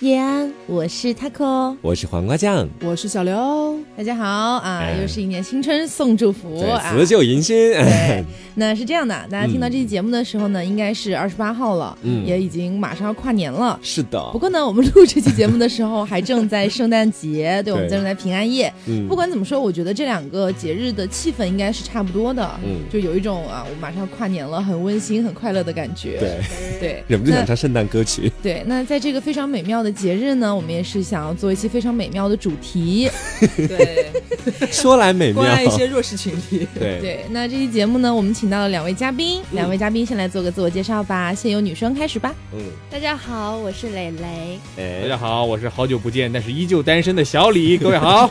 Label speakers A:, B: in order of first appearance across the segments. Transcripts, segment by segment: A: 叶安，我是 Taco。
B: 我是黄瓜酱，
C: 我是小刘，
A: 大家好啊，
B: 哎
A: 又是一年新春送祝福
B: 对，
A: 啊
B: 辞。旧迎新，
A: 对，那是这样的，大家听到这期节目的时候呢，应该是二十八号了，
B: 嗯
A: 也已经马上要跨年了。
B: 是的
A: 不，过呢，我们录这期节目的时候还正在圣诞 节，对，我们
B: 对
A: 正在平安夜。
B: 嗯
A: 不管怎么说，我觉得这两个节日的气氛应该是差不多的，
B: 嗯
A: 就有一种啊，我马上要跨年了，很温馨、很快乐的感觉。
B: 对，
A: 对，
B: 忍不住
A: 那
B: 想唱圣诞 歌曲，
A: 对，那在这个非常美妙的节日呢，我们也是想要做一期非常美妙的主题。
C: 对，
B: 说来美妙
C: 关爱，一些弱势群体。嗯
B: 对，
A: 对，那这期节目呢，我们请到了两位嘉宾，两位嘉宾先来做个自我介绍吧，先由女生开始吧。
B: 嗯，
D: 大家好，我是蕾蕾。
E: 大
B: 哎
E: 家，好，我是好久不见，但是依旧单身的小李，各 位好。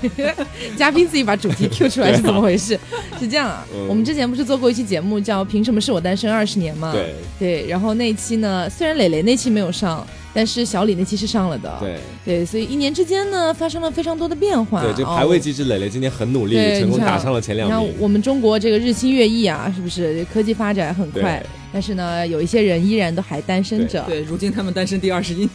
A: 嘉宾自己把主题 Q 出来是怎么回事？ 是这样啊，
B: 嗯
A: 我们之前不是做过一期节目叫《凭什么是我单身二十年》吗？
B: 对
A: 对，然后那一期呢，虽然磊磊那期没有上，但是小李那期是上了的。
B: 对
A: 对，所以一年之间呢，发生了非常多的变化。
B: 对，这
A: 哦
B: 排位机制，磊磊今天很努力，
A: 对
B: 成功
A: 你看
B: 打上了前
A: 你
B: 两
A: 看
B: 名，
A: 我们中国这个日新月异啊，是不是科技发展很快
B: 对？
A: 但是呢，有一些人依然都还单身着。
C: 对，如今他们单身第二十一年，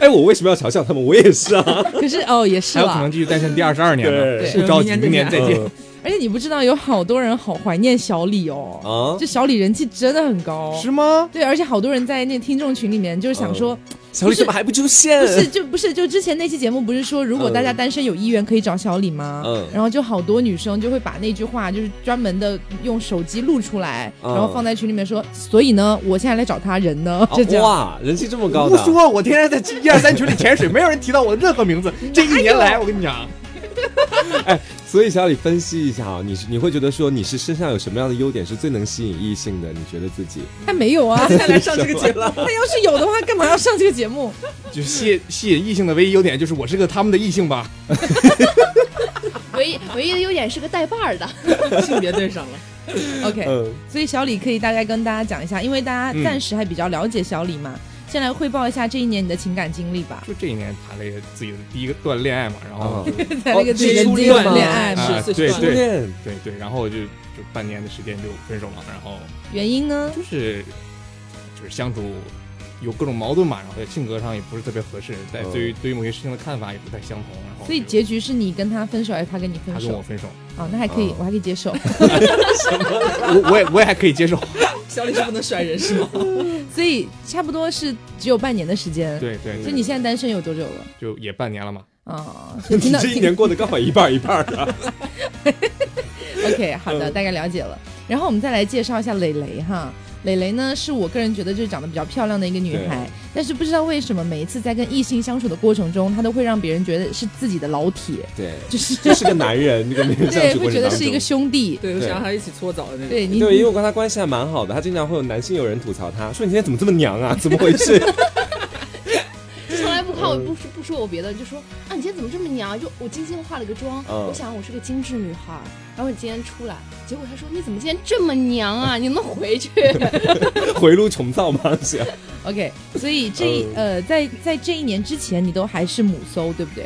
B: 哎，我为什么要嘲笑他们？我也是 啊，
A: 可是哦，也是
E: 还有可
A: 啦
E: 能。继续单身第二十二年
B: 对
E: 呢，
C: 是
E: 不着急，
C: 明
E: 明
C: 年
E: 年
C: 再
E: 再
C: 见
E: 见。
B: 嗯
A: 而且你不知道，有好多人好怀念小李哦。
B: 啊
A: 这，小李人气真的很高。
E: 是吗？
A: 对，而且好多人在那听众群里面就是想说，
B: 小李怎么还不出现？
A: 不是就不是就之前那期节目不是说，如果大家
B: 嗯
A: 单身有意愿可以找小李吗？
B: 嗯
A: 然后就好多女生就会把那句话就是专门的用手机录出来，
B: 嗯
A: 然后放在群里面说，所以呢，我现在来找他人呢，
B: 哦
A: 就这样。
B: 哇，人气这么高
E: 胡
B: 的，
E: 说！我天天在一二三群里潜水，没有人提到我的任何 名字。这一年来，我跟你讲，
B: 所以小李分析一下啊，你是你会觉得说你是身上有什么样的优点是最能吸引异性的？你觉得自己？
A: 他没有啊，
C: 再来上这个节 目，
A: 他要是有的话，干嘛要上这个节目？
E: 就吸吸引异性的唯一优点就是我是个他们的异性吧。
D: 唯一唯一的优点是个带把儿的，
C: 性别对
E: 哦
C: 上了。
A: OK，
B: 嗯，
A: 所以小李可以大概跟大家讲一下，因为大家
E: 嗯
A: 暂时还比较了解小李嘛，先来汇报一下这一年你的情感经历吧。
E: 就这一年谈了一个自己的第一个段恋爱嘛，然后
B: 哦
A: 在那个自己的
C: 初
A: 经历
C: 恋吗
A: 恋爱嘛，
E: 啊
C: 是
E: 对
C: 是
B: 初
E: 对
B: 恋，
E: 对对，然后就就半年的时间就分手了，然后
A: 原因呢？
E: 就是就是相处有各种矛盾嘛，然后性格上也不是特别合适，在
B: 嗯
E: 对于对于某些事情的看法也不太相同，然后
A: 所以
E: 就
A: 结局是你跟他分手，还是他跟你分
E: 他跟
A: 手
E: 我？分手，
A: 啊，那还可以
B: 哦，
A: 我还可以接受。
E: 我我也我也还可以接受，
C: 小李是不能甩人是吗？
A: 所以差不多是只有半年的时间。，
E: 对对，
A: 所以你现在单身有多久了？
E: 就也半年了嘛，
A: 啊， 所以
B: 你
A: 听到
B: 这一年过得刚好一半儿一半儿啊的。
A: OK，好的，大概了解了。然后我们再来介绍一下蕾蕾哈，蕾蕾呢是我个人觉得就是长得比较漂亮的一个女孩，但是不知道为什么每一次在跟异性相处的过程中，她都会让别人觉得是自己的老铁，
B: 对，
A: 就是
B: 就是个男人，那个没有相
A: 对，
B: 处
A: 会
B: 过
A: 觉
B: 程
A: 得
B: 当中
A: 是一个兄弟。
C: 对，我想让他一起搓澡的那种。
A: 对你，
B: 对，因为我跟他关系还蛮好的，他经常会有男性友人吐槽他，说你今天怎么这么娘啊，怎么回 事？
D: 从来不夸我，不说不说我别的，就说啊，你今天怎么这么娘？就我精心化了个妆，
B: 嗯
D: 我想我是个精致女孩儿。然后你今天出来，结果他说你怎么今天这么娘啊？你能回去？
B: 回炉重造吗？是
A: OK，所以这一呃，在在这一年之前，你都还是母搜，对不对？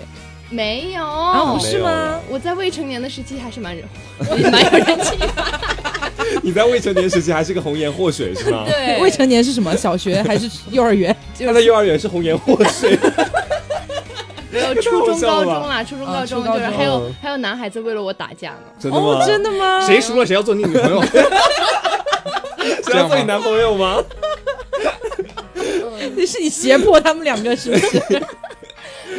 D: 没有，
A: 啊，不是吗？
D: 哦我在未成年的时期还是 蛮人，蛮有人气的。
B: 你在未成年时期还是个红颜祸水是吗？
D: 对，
A: 未成年是什么？小学还是幼儿园？
B: 他在幼儿园是红颜祸水，
D: 没有初中、高中啦，初中、
A: 啊
D: 高中
A: 初高
D: 就
A: 中
D: 是还有还有男孩子为了我打架呢。
B: 真的
A: 哦
B: 吗？，
A: 真的
C: 嗯
A: 吗？
E: 谁输了谁要做你女朋友，
B: 这要做你男朋友吗？
A: 是你胁迫他们两个，是不是？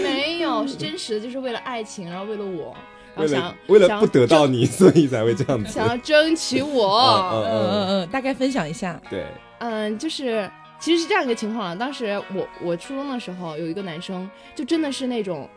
D: 没有，是真实的，就是为了爱情，然后为了我，然
B: 为
D: 后想
B: 了为了
D: 想
B: 不得到你，所以才会这样子。哦
D: 想要争取
B: 嗯
D: 我。
A: 嗯嗯
B: 嗯嗯，
A: 嗯，大概分享一下。
B: 对，
D: 嗯，就是其实是这样一个情况啊。当时我我初中的时候有一个男生，就真的是那种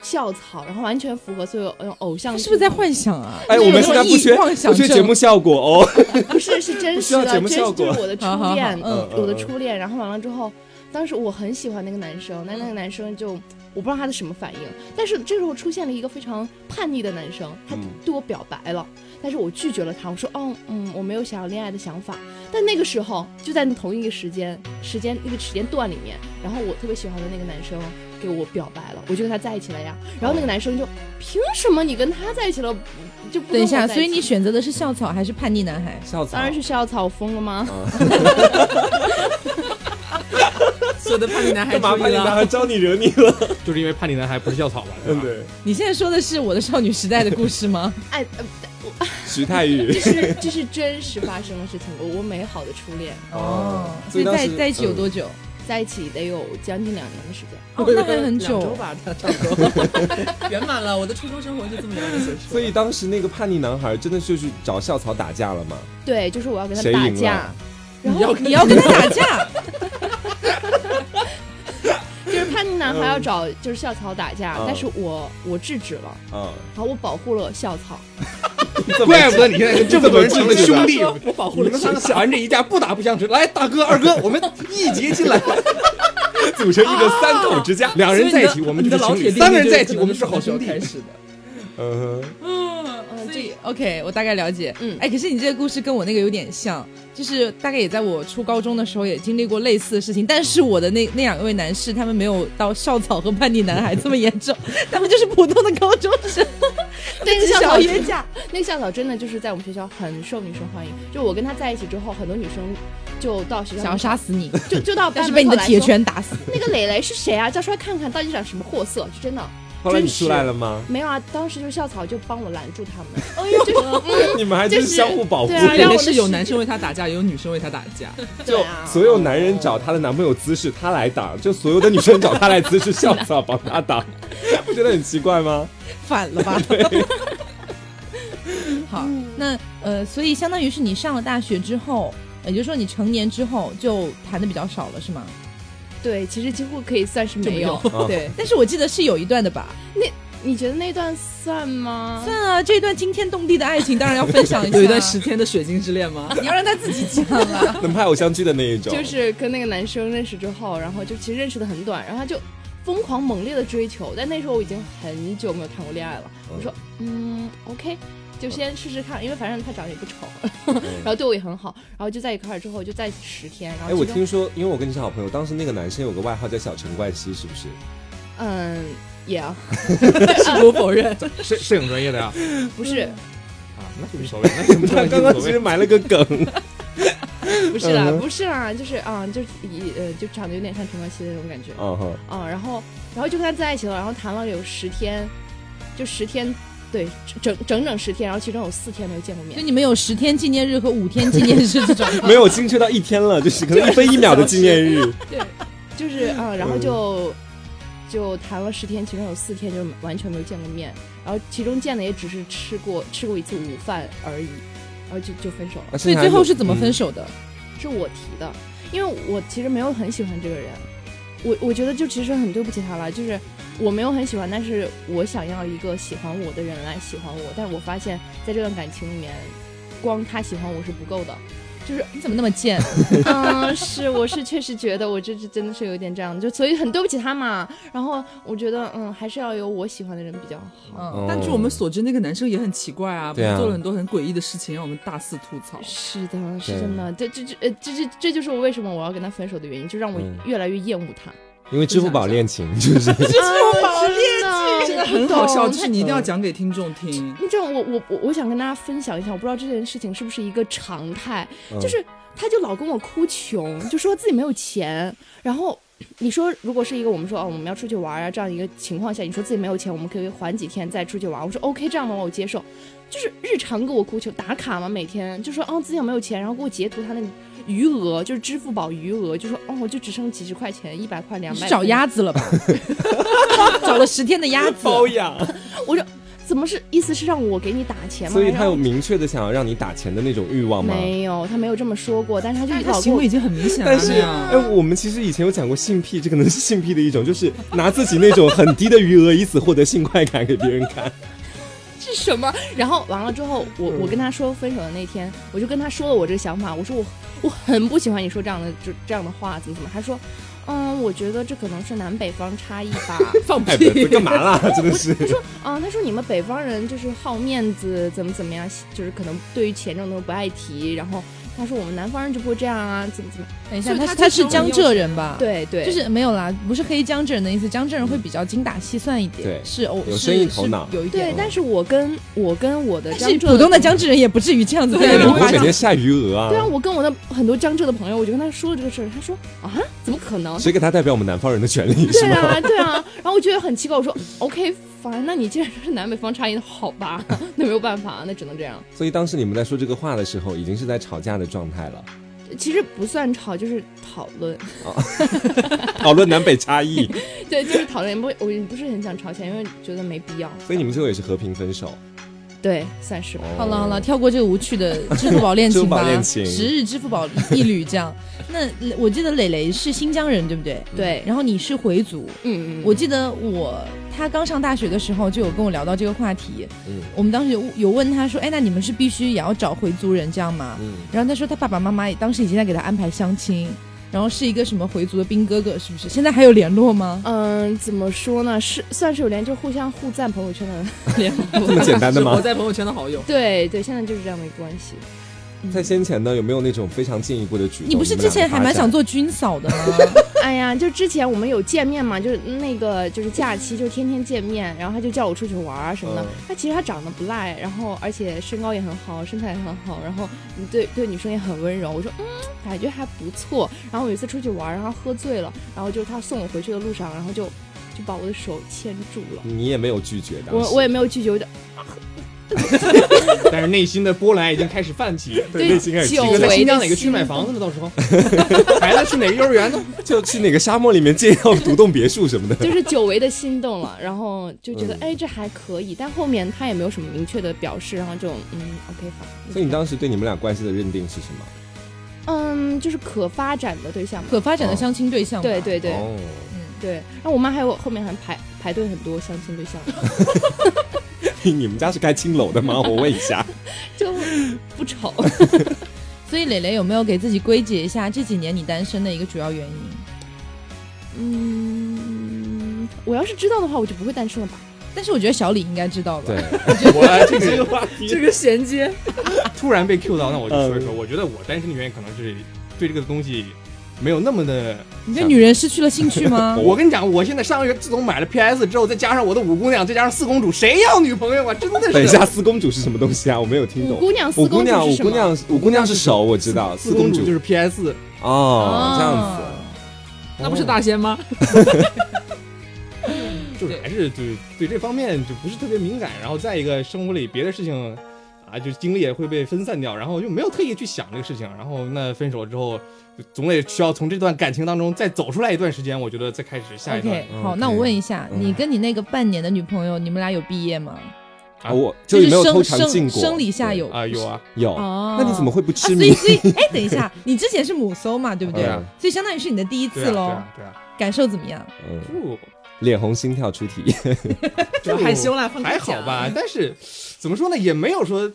D: 校草，然后完全符合所有那种偶像
A: 是
D: 剧，
A: 不是在幻想啊？
B: 哎，我们现在不缺
A: 有那种
B: 不缺节目效果哦。
D: 不是是真
B: 需
D: 实
B: 要
D: 的，
B: 节目
D: 真
B: 效
D: 实就是
B: 果
D: 我的初
A: 好好好
D: 恋，
B: 嗯
D: 我的
B: 嗯嗯
D: 初恋。然后完了之后，当时我很喜欢那个男生，但那个男生就我不知道他的什么反应，但是这时候出现了一个非常叛逆的男生，他
B: 嗯
D: 对我表白了，但是我拒绝了他，我说哦嗯，我没有想要恋爱的想法。但那个时候就在同一个时间时间那个时间段里面，然后我特别喜欢的那个男生。给我表白了，我就跟他在一起了呀。
B: 哦
D: 然后那个男生就，凭什么你跟他在一起了，就不跟
A: 等一下，
D: 我在
A: 所以
D: 起
A: 你选择的是校草还是叛逆男孩？
B: 校草
D: 当然是校草，我疯了吗？
B: 啊，
C: 说的叛逆男孩
B: 干嘛
C: 注
B: 怕
C: 意
B: 你男
C: 了，
B: 孩招你惹你 了？
E: 就是因为叛逆男孩不是校草嘛，对
B: 嗯，
E: 吧？
B: 对，
A: 你现在说的是我的少女时代的故事 吗？
D: 哎，呃
B: 徐太宇
D: 这是这是真实发生的事情，我我美好的初恋，
B: 哦
A: 所以
B: 所以当
A: 在
B: 时
A: 在一起有
B: 嗯
A: 多久？
D: 在一起得有将近两年的时间。
A: 哦，那还很
C: 两周
A: 久。
C: 吧，差不多 圆满了。我的初中生活就这么样结束。
B: 所以当时那个叛逆男孩真的就是找校草打架了嘛？
D: 对，就是我要跟他
B: 谁
D: 打
B: 赢
D: 架
B: 了，
D: 然
C: 你要
D: 后
C: 跟
A: 你要跟他打架，
D: 就是叛逆男孩要找就是校草打架，
B: 嗯
D: 但是我我制止了，
B: 啊，
D: 然后我保护了校 草，
E: 怪不得你现在跟这么多人成了兄弟，啊
C: 说我保护
E: 你
C: 了
E: 们三个打完这一架不打不相识。来，大哥二哥，我们义结进来，
B: 组成一个三口之家。
E: 两人在一起我们
C: 你
E: 就
C: 的
E: 是
C: 老
E: 情侣，
C: 铁弟弟
E: 三个人
C: 就
E: 在一起
C: 可能
E: 我们是
C: 从
E: 好
C: 这时
E: 兄
C: 候
E: 弟
C: 开。始的。
B: 嗯哼，
A: 嗯，
C: 所
A: 这
C: 以
A: 个 OK，我大概了解。
D: 嗯
A: 哎，可是你这个故事跟我那个有点像，就是大概也在我初高中的时候也经历过类似的事情，但是我的那那两位男士，他们没有到校草和叛逆男孩这么严重， 他们就是普通的高中生，
D: 那个
A: 至
D: 校
A: 少
D: 草
A: 约架。
D: 那个校草真的就是在我们学校很受女生欢迎，就我跟他在一起之后，很多女生就到学校
A: 想要杀死你，
D: 就 就到
A: 但
D: 班
A: 是
D: 门
A: 被你的
D: 口来
A: 铁
D: 说
A: 拳打死。
D: 那个磊磊是谁啊？叫出来看看到底长什么货色，是真的。
B: 后来你出来了吗？
D: 没有啊，当时就是校草就帮我拦住他们，
A: 哎呦，
B: 你们还真是
D: 就是
B: 相互保护
D: 对。啊
C: 磊
D: 让我
C: 磊
D: 的
C: 是有
D: 世
C: 男生为他打架，也有女生为他打架。
D: 对啊，
B: 所有男人找她的男朋友姿势，她来挡；就所有的女生找她来姿势，校草帮她挡，不觉得很奇怪吗？
A: 反了吧？好，那呃，所以相当于是你上了大学之后，也就是说你成年之后就谈的比较少了，是吗？
D: 对，其实几乎可以算是没有。
B: 啊
D: 对，
A: 但是我记得是有一段的吧？
D: 你觉得那段算吗？
A: 算啊，这段惊天动地的爱情当然要分享一下。
C: 有一段十，天的水晶之恋吗？
A: 你要让他自己讲 啊。
B: 能拍偶像剧的那一种，
D: 就是跟那个男生认识之后，然后就其实认识的很短，然后他就疯狂猛烈的追求，但那时候我已经很久没有谈过恋爱了。我说，嗯，OK，就先试试看，因为反正他长得也不丑，
B: 嗯
D: 然后对我也很好，然后就在一块儿之后就在一起十天，然
B: 哎，
D: 后
B: 我
D: 其中
B: 听说，因为我跟你是好朋友，当时那个男生有个外号叫小陈冠希，是不是？
D: 嗯也、yeah,
C: 不否认，
E: 摄摄影专业的呀，
D: 不是
E: 啊，那就无所谓，那就无所
B: 他
E: 谓
B: 刚刚其实埋了个梗，
D: 不是啦
B: 嗯
D: 不是啦，就是啊、就是一呃就长得有点像陈冠希的那种感觉。
B: 嗯哼，
D: 啊、然后然后就跟他在一起了，然后谈了有十天，就十天，对，整整整十天，然后其中有四天没有见过
A: 就
D: 面。
A: 你们有十天纪念日和五天纪念日这 种
B: 没有精确到一天了，就是可能一分一秒的纪念日，
D: 对，就是啊、然后就就谈了十天，其中有四天就完全没有见过面，然后其中见的也只是吃过吃过一次午饭而已，然后就就分手了，
B: 啊
A: 所以最后是怎么分？手的？
C: 嗯
D: 是我提的，因为我其实没有很喜欢这个人，我我觉得就其实很对不起他了，就是我没有很喜欢，但是我想要一个喜欢我的人来喜欢我，但我发现在这段感情里面，光他喜欢我是不够的， 就是
A: 你怎么那么贱？
D: 嗯，是，我是确实觉得我这是真的是有点这样，就所以很对不起他嘛。然后我觉得，嗯，还是要有我喜欢的人比较好。
B: 哦
A: 嗯，
C: 但据我们所知，那个男生也很奇怪啊，
B: 对啊
C: 做了很多很诡异的事情，让我们大肆吐槽。
D: 是的，是真的，这这这呃这这这就是我为什么我要跟他分手的原因，就让我
B: 嗯
D: 越来越厌恶他。
B: 因为支付宝恋情就是
D: 这是我保恋
C: 这个很好笑，就是你一定要讲给听众听。
D: 啊你知道我我我我想跟大家分享一下，我不知道这件事情是不是一个常态，
C: 嗯
D: 就是他就老跟我哭穷，就说自己没有钱，然后。你说，如果是一个我们说哦，我们要出去玩啊这样一个情况下，你说自己没有钱，我们可以缓几天再出去玩。我说 OK，这样的话我接受。就是日常给我哭穷打卡嘛，每天就说哦自己没有钱，然后给我截图他那个余额，就是支付宝余额，就说哦我就只剩几十块钱、一百块、两
A: 你
D: 百。
A: 是找鸭子了吧？ 找了十天的鸭子，
B: 包养，
D: 怎么是意思是让我给你打钱吗？
B: 所以
D: 还
B: 他
D: 让
B: 有
D: 我
B: 明确的想要让你打钱的那种欲望吗？
D: 没有，他没有这么说过，但是他就
C: 但是他
D: 老
C: 行
D: 公
C: 为已经很明显了
B: 但是，
C: 呀
B: 哎，。我们其实以前有讲过性癖，这可能是性癖的一种，就是拿自己那种很低的余额，以此获得性快感给别人看。
D: 是什么？然后完了之后，我我跟他说分手的那天，我就跟他说了我这个想法，我说我我很不喜欢你说这样的就这样的话，怎么怎么？他说，嗯，我觉得这可能是南北方差异 吧。
C: 放
B: 哎，本
C: 屁
B: 子！干嘛啦？真的是，
D: 啊、他说你们北方人就是好面子，怎么怎么样，就是可能对于钱这种东西不爱提。然后他说我们南方人就不会这样啊，怎么怎么？
A: 等一下，
C: 所以
A: 他
C: 他
A: 他
C: 就是是
A: 江浙人吧？。
D: 对对，
A: 就是没有啦，不是黑江浙人的意思，江浙人会比较精打细算一点，
B: 对
A: 是偶
B: 有生意头脑
A: 有一点
D: 对。但是我跟我跟我的
A: 但
D: 江
A: 是
D: 浙
A: 普通的江浙人也不至于这样子在
C: 对
A: 那
B: 你
A: 边
B: 们
A: 花
B: 哎会每
A: 钱。
B: 天晒余额啊
D: 对？啊，我跟我的很多江浙的朋友，我就跟他说了这个事儿，他说啊，怎么可能？
B: 谁给他代表我们南方人的权利是
D: 对
B: 吗？
D: 啊，对啊。然后我觉得很奇怪，我说 OK，烦，那你既然说是南北方差异，那好吧， 那没有办法，那只能这样。
B: 所以当时你们在说这个话的时候，已经是在吵架的状态了，
D: 其实不算吵，就是讨论，
B: 讨论南北差异，
D: 对，就是讨论。不，我也不是很想吵起来，因为觉得没必要。
B: 所以你们最后也是和平分手。哦
D: 对，算是吧。
A: 好了好了，跳过这个无趣的 支付宝恋情
B: 支付
A: 吧
B: 宝恋，情
A: 十日支付宝一缕这样。那我记得磊磊是新疆人，对不
B: 嗯
A: 对？
D: 对，
A: 然后你是回族，
D: 嗯嗯，
A: 我记得我他刚上大学的时候就有跟我聊到这个话题，
B: 嗯
A: 我们当时有有问他说，哎，那你们是必须也要找回族人这样吗？
B: 嗯，
A: 然后他说他爸爸妈妈也当时已经在给他安排相亲，然后是一个什么回族的兵哥哥，是不是？现在还有联络吗？
D: 嗯，怎么说呢？是算是有联，就互相互赞朋友圈的哦联
B: 这
D: 络。
B: 么简单的
C: 是
B: 吗
C: 活？在朋友圈的好友，
D: 对对，现在就是这样的一个关系。
B: 在先前呢，有没有那种非常进一步的举动？
A: 你不是
B: 们
A: 之
B: 俩的
A: 前还
B: 发
A: 蛮
B: 展
A: 想做军嫂的吗？
D: 哎呀，就之前我们有见面嘛，就是那个就是假期就天天见面，然后他就叫我出去玩啊什么的。
B: 嗯
D: 他其实他长得不赖，然后而且身高也很好，身材也很好，然后对对女生也很温柔。我说嗯，感觉还不错。然后有一次出去玩，然后喝醉了，然后就是他送我回去的路上，然后就就把我的手牵住了。
B: 你也没有拒绝当时
D: 我我也没有拒 绝，我就
E: 但是内心的波澜已经开始泛起。
D: 对
B: 内心开始
D: 久
E: 这个在
D: 违
E: 新疆
D: 的
E: 哪个区
D: 心
E: 买房子呢？到 时候 孩子去哪个幼儿园呢？
B: 就去哪个沙漠里面借要独栋别墅什么的。
D: 就是久违的心动了，然后就觉得
B: 嗯
D: 哎这还可以，但后面他也没有什么明确的表示，然后就嗯 OK 好，
B: 所以你当时对你们俩关系的认定是什么？
D: 嗯就是可发展的对象嘛，
A: 可发展的相亲对象吧、
D: 对对对
B: 哦，
D: 对，然后我妈还有后面还排排队很多相亲对象，
B: 你们家是开青楼的吗？我问一下。
D: 就不 丑，
A: 所以磊磊有没有给自己归结一下这几年你单身的一个主要原因？
D: 嗯，我要是知道的话，我就不会单身了吧？
A: 但是我觉得小李应该知道吧？
B: 对，
E: 我这个
B: 话？
C: 这个衔接，
E: 突然被 Q 到，那我就说一说，我觉得我单身的原因可能是对这个东西没有那么的。
A: 你对女人失去了兴趣吗
E: 我跟你讲，我现在上个月自从买了 PS 之后，再加上我的五姑娘，再加上四公主，谁要女朋友啊？真的是。
B: 等一下，四公主是什么东西啊？我没有听
D: 五
B: 懂。
D: 姑娘
B: 五
D: 四
B: 姑
D: 公
B: 娘，
D: 主
B: 五
D: 是什
B: 姑
D: 么？
B: 娘，五姑娘是手，我知道。
E: 四
B: 四公
E: 主就
B: 主
E: 是 PS，
B: 哦，这样子。
C: 那不是大仙吗？
E: 哦就是还是对对这方面就不是特别敏感，然后再一个生活里别的事情啊，就精力也会被分散掉，然后就没有特意去想这个事情，然后那分手之后，就总得需要从这段感情当中再走出来一段时间，我觉得再开始下一段
A: OK，好，
B: OK
A: 那我问一下，
B: 嗯
A: 你跟你那个半年的女朋友，你们俩有毕业吗？
E: 啊
B: 啊我就是
A: 是
B: 没有偷
A: 生
B: 尝禁
A: 生
B: 果。
A: 生理下有
E: 啊、有啊，
B: 对有，
A: 哦，
B: 那你怎么会不
A: 啊？
B: 痴
A: 所
B: 迷
A: 以？所以，哎，等一下， 你之前是母搜嘛，对不对
B: 对啊？
A: 所以相当于是你的第一次
E: 对啊，对
A: 喽，
E: 啊，对啊，
A: 感受怎么样？
B: 嗯，
E: 不，
B: 脸红心跳出题。
C: 就害羞了，放开
E: 还好
C: 讲
E: 吧，，但是怎么说呢，也没有说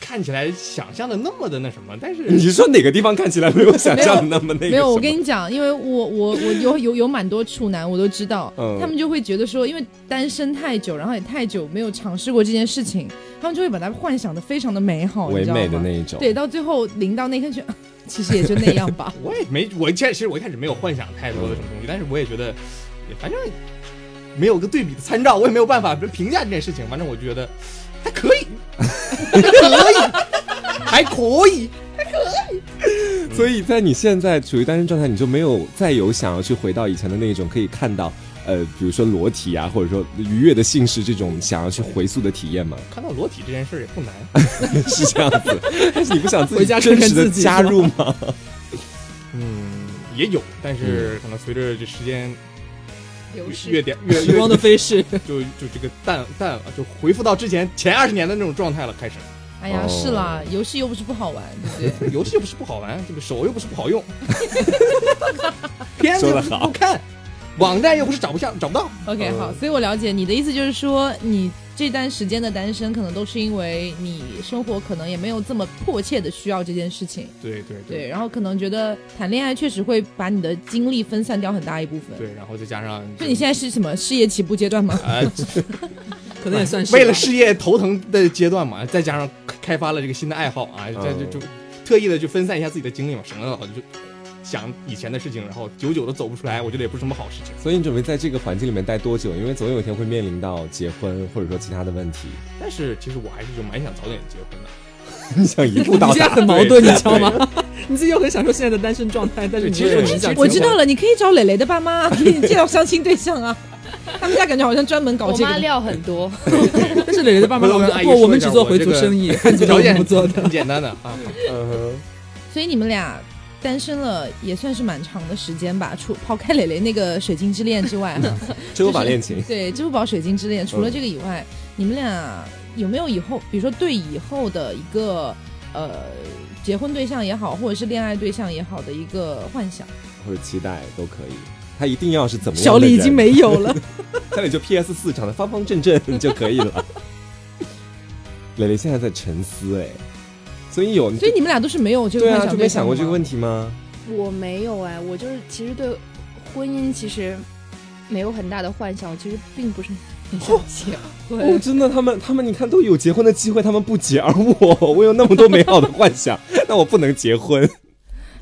E: 看起来想象的那么的那什么，但是。
B: 你是说哪个地方看起来没有想象的那么那个什么？
A: 没有，我跟你讲，因为我我我有有有蛮多处男，我都知道，
B: 嗯
A: 他们就会觉得说，因为单身太久，然后也太久没有尝试过这件事情，他们就会把它幻想的非常的美好，你
B: 唯
A: 知道吗
B: 美的那一种。
A: 对，到最后临到那一天去，啊 其实也就那样 吧
E: 我也没，我一开其实我一开始没有幻想太多的什么东西，但是我也觉得，也反正没有个对比的参照，我也没有办法评价这件事情。反正我就觉得还可以，还可以，还可以。
B: 所以在你现在处于单身状态，你就没有再有想要去回到以前的那一种可以看到，呃，比如说裸体啊，或者说愉悦的性事这种想要去回溯的体验吗？
E: 看到裸体这件事儿也不难，
B: 是这样子， 但是你不想自己
C: 回家
B: 真
C: 看看
B: 实的
C: 自己
B: 加入吗？
E: 嗯，也有，但是可能随着这时间
D: 流失
E: 越点越
C: 时
E: 越
C: 光的飞逝，
E: 就就这个淡淡就恢复到之前前二十年的那种状态了，开始。
A: 哎呀，是啦，
B: 哦
A: 游戏又不是不好玩，对不对？
E: 游戏又不是不好玩，这个手又不是不好用，片子
B: 说
E: 又
B: 得
E: 不是不够看，网站又不是找不下找不到。
A: OK，好，
E: 呃
A: 所以我了解你的意思就是说，你这段时间的单身，可能都是因为你生活可能也没有这么迫切的需要这件事情，
E: 对对
A: 对，然后可能觉得谈恋爱确实会把你的精力分散掉很大一部分。
E: 对，然后再加上就，
A: 所以你现在是什么事业起步阶段 吗？
E: 啊、
C: 可能也算是吧
E: 为了事业头疼的阶段嘛，再加上开发了这个新的爱好啊，这就就特意的去分散一下自己的精力嘛，省得老就想以前的事情，然后久久的走不出来，我觉得也不是什么好事情。
B: 所以你准备在这个环境里面待多久？因为总有一天会面临到结婚或者说其他的问题，
E: 但是其实我还是就蛮想早点结婚的，
B: 你想一步
C: 你
B: 到
C: 现在
B: 达。
C: 很矛盾，你知道吗？你自己又很享受现在的单身状态，但是你
E: 其实
C: 又
E: 我
C: 很想
A: 我知
C: 结婚
A: 道了，你可以找磊磊的爸妈给你介绍相亲对象 啊。他们家感觉好像专门搞
D: 我
A: 这
D: 妈
A: 个。
D: 料很 多，
C: 但是磊磊的爸妈
E: 不
C: 老
E: 能跟阿姨
C: 说不，我
E: 说
C: 们
E: 一
C: 只
E: 下
C: 做
E: 我
C: 回
E: 这
C: 族
E: 个
C: 生意， 汉族
E: 条
C: 怎
E: 件
C: 么做的
E: 很？简单的啊，
B: 嗯哼，
A: 所以你们俩单身了也算是蛮长的时间吧，除抛开磊磊那个水晶之恋之外，哈，
B: 支付宝恋情，
A: 对支付宝水晶之恋，
B: 嗯
A: 除了这个以外，你们俩有没有以后，比如说对以后的一个呃结婚对象也好，或者是恋爱对象也好的一个幻想？
B: 或者期待都可以。他一定要是怎么样？
C: 小李已经， 没有了。
B: 小李就 PS 四长得方方正正就可以了。蕾蕾现在在沉思哎，所以有，
A: 所以你们俩都是没有这个
B: 对
A: 幻
B: 啊，
A: 想
B: 就没想过这个问
A: 题。
B: 题吗？
D: 我没有哎，我就是其实对婚姻其实没有很大的幻想，我其实并不是很想结
B: 哦，
D: 婚。
B: 真的，他们他们，你看都有结婚的机会，他们不结，而我，我有那么多美好的幻想，那我不能结婚。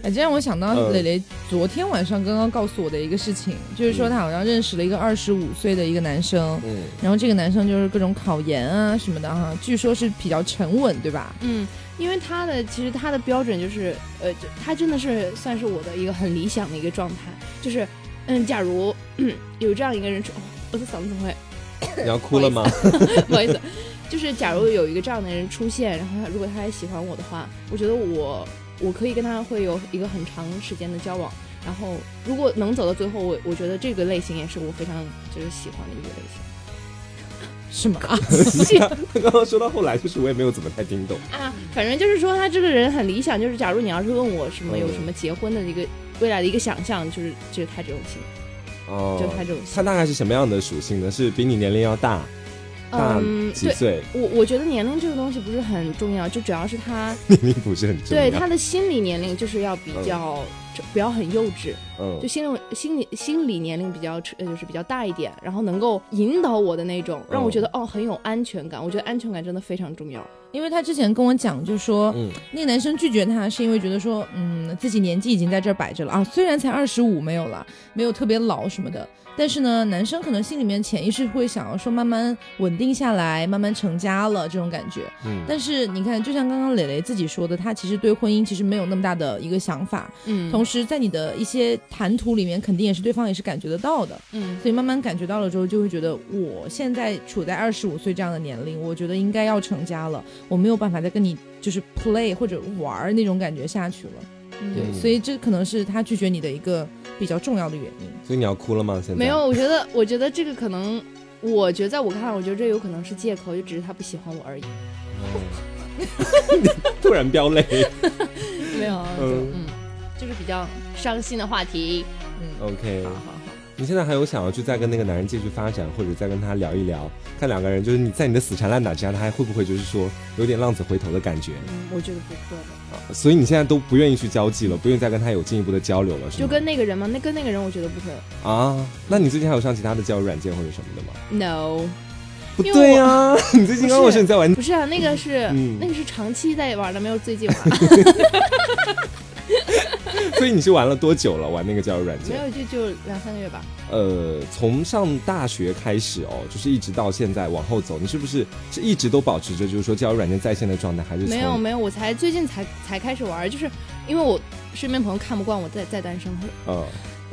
A: 哎，这让我想到
B: 嗯
A: 蕾蕾昨天晚上刚刚告诉我的一个事情，就是说
B: 嗯
A: 她好像认识了一个二十五岁的一个男生，
B: 嗯，
A: 然后这个男生就是各种考研啊什么的哈，据说是比较沉稳，对吧？
D: 嗯，因为他的其实他的标准就是，呃，就他真的是算是我的一个很理想的一个状态，就是，嗯，假如、 嗯有这样一个人出，哦，我的嗓子怎么会
B: 你要哭 了吗？
D: 不好意思，就是假如有一个这样的人出现，然后他如果他也喜欢我的话，我觉得我我可以跟他会有一个很长时间的交往。然后如果能走到最后，我我觉得这个类型也是我非常就是喜欢的一个类型。啊
A: 是 吗？
B: 他啊刚刚说到后来，就是我也没有怎么太听懂。
D: 啊，反正就是说他这个人很理想，就是假如你要是问我什么
B: 嗯
D: 有什么结婚的一个未来的一个想象，就是就是他这种型，
B: 哦
D: 就是他这种型
B: 他。大概是什么样的属性呢？是比你年龄要大大
D: 嗯，
B: 几
D: 对。
B: 岁？
D: 我我觉得年龄这个东西不是很重要，就主要是他
B: 年龄不是很重要。
D: 对他的心理年龄就是要比较、就不要很幼稚，
B: 嗯
D: 就，心理心理心理年龄比较呃就是比较大一点，然后能够引导我的那种，让我觉得、哦很有安全感。我觉得安全感真的非常重要。
A: 因为他之前跟我讲，就说、
B: 嗯
A: 那个男生拒绝他是因为觉得说，嗯，自己年纪已经在这儿摆着了啊，虽然才二十五没有了，没有特别老什么的，但是呢，男生可能心里面潜意识会想要说慢慢稳定下来，慢慢成家了这种感觉。
B: 嗯，
A: 但是你看，就像刚刚磊磊自己说的，他其实对婚姻其实没有那么大的一个想法，
D: 嗯
A: 同时在你的一些谈吐里面，肯定也是对方也是感觉得到的。
D: 嗯
A: 所以慢慢感觉到了之后，就会觉得我现在处在二十五岁这样的年龄，我觉得应该要成家了，我没有办法再跟你就是 play 或者玩儿那种感觉下去了。对，
B: 嗯
A: 所以这可能是他拒绝你的一个比较重要的原因。
B: 所以你要哭了吗？现在
D: 没有，我觉得我觉得这个可能，我觉得在我看来，我觉得这有可能是借口，就只是他不喜欢我而已。
B: 突然飙泪。
D: 没有，
B: 嗯
D: 嗯，就是比较伤心的话题。
A: 嗯，
B: OK，
D: 好好好，
B: 你现在还有想要去再跟那个男人继续发展，或者再跟他聊一聊，看两个人就是你在你的死缠烂打之下，他还会不会就是说有点浪子回头的感觉？
D: 嗯，我觉得不会的，
B: 所以你现在都不愿意去交际了，不愿意再跟他有进一步的交流了，是吗？
D: 就跟那个人嘛，那跟那个人，我觉得不会。
B: 啊，那你最近还有上其他的交友软件或者什么的吗？
D: No，
B: 不
D: 因为
B: 对啊，你最近刚刚我
D: 不是
B: 说你在玩
D: 不是啊，那个是、
B: 嗯
D: 那个是长期在玩的，没有最近玩。
B: 所以你是玩了多久了？玩那个交友软
D: 没
B: 件？
D: 有，就就两三个月吧。
B: 呃，从上大学开始哦，就是一直到现在往后走，你是不是是一直都保持着就是说交友软件在线的状态？还是从
D: 没有没有，我才最近才才开始玩，就是因为我身边朋友看不惯我在在单身，他说
B: 呃，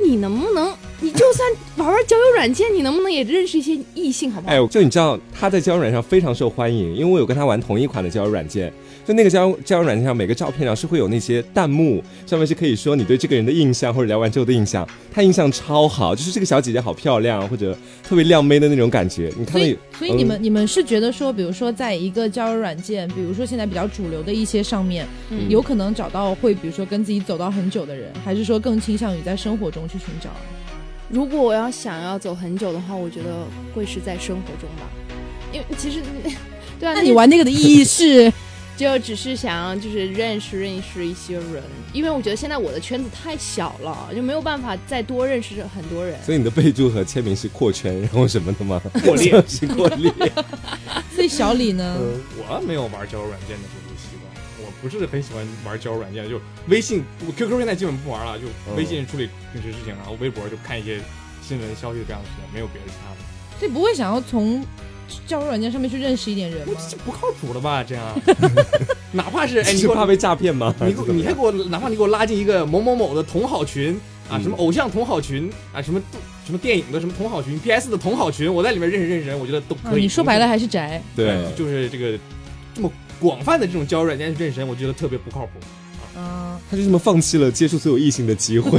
D: 你能不能，你就算玩玩交友软件，你能不能也认识一些异性，好不好？
B: 哎，就你知道他在交友软件上非常受欢迎，因为我有跟他玩同一款的交友软件，就那个交友交友软件上每个照片上啊是会有那些弹幕，上面是可以说你对这个人的印象或者聊完之后的印象，他印象超好，就是这个小姐姐好漂亮或者特别靓妹的嗯那种感觉，你看
A: 所
B: 到
A: 以
B: 有。
A: 所以你们、你们是觉得说，比如说在一个交友软件，比如说现在比较主流的一些上面，
D: 嗯
A: 有可能找到会比如说跟自己走到很久的人，还是说更倾向于在生活中去寻 找？
D: 如果我要想要走很久的话，我觉得会是在生活中吧，因为其实，对啊，
A: 那你玩那个的意义是？
D: 就只是想要就是认识认识一些人，因为我觉得现在我的圈子太小了，就没有办法再多认识很多人。
B: 所以你的备注和签名是扩圈，然后什么的吗？。
E: 破裂
B: 是扩列。
A: 所以小李
B: 呃
A: 呢？
E: 我没有玩交友软件的这个习惯，我不是很喜欢玩交友软件，就微信、我 QQ 现在基本不玩了，就微信处理平时事啊情，然后微博就看一些新闻消息这样的事情，没有别的其他的。
A: 所以不会想要从交友软件上面去认识一点人吗？
E: 这不靠谱了吧？这 样，哪怕 是哎，你给
B: 是怕
E: 我，
B: 被诈骗吗？
E: 你 给我你还给我，哪怕你给我拉进一个某某某的同好群啊，
B: 嗯
E: 什么偶像同好群啊，什么什么电影的什么同好群，PS 的同好群，我在里面认识认识人，我觉得都
A: 啊，
E: 可以。
A: 你说白了还是宅。
B: 对，
E: 就是这个这么广泛的这种交友软件去认识人，我觉得特别不靠谱。
A: 啊，
B: 他就这么放弃了接触所有异性的机 会。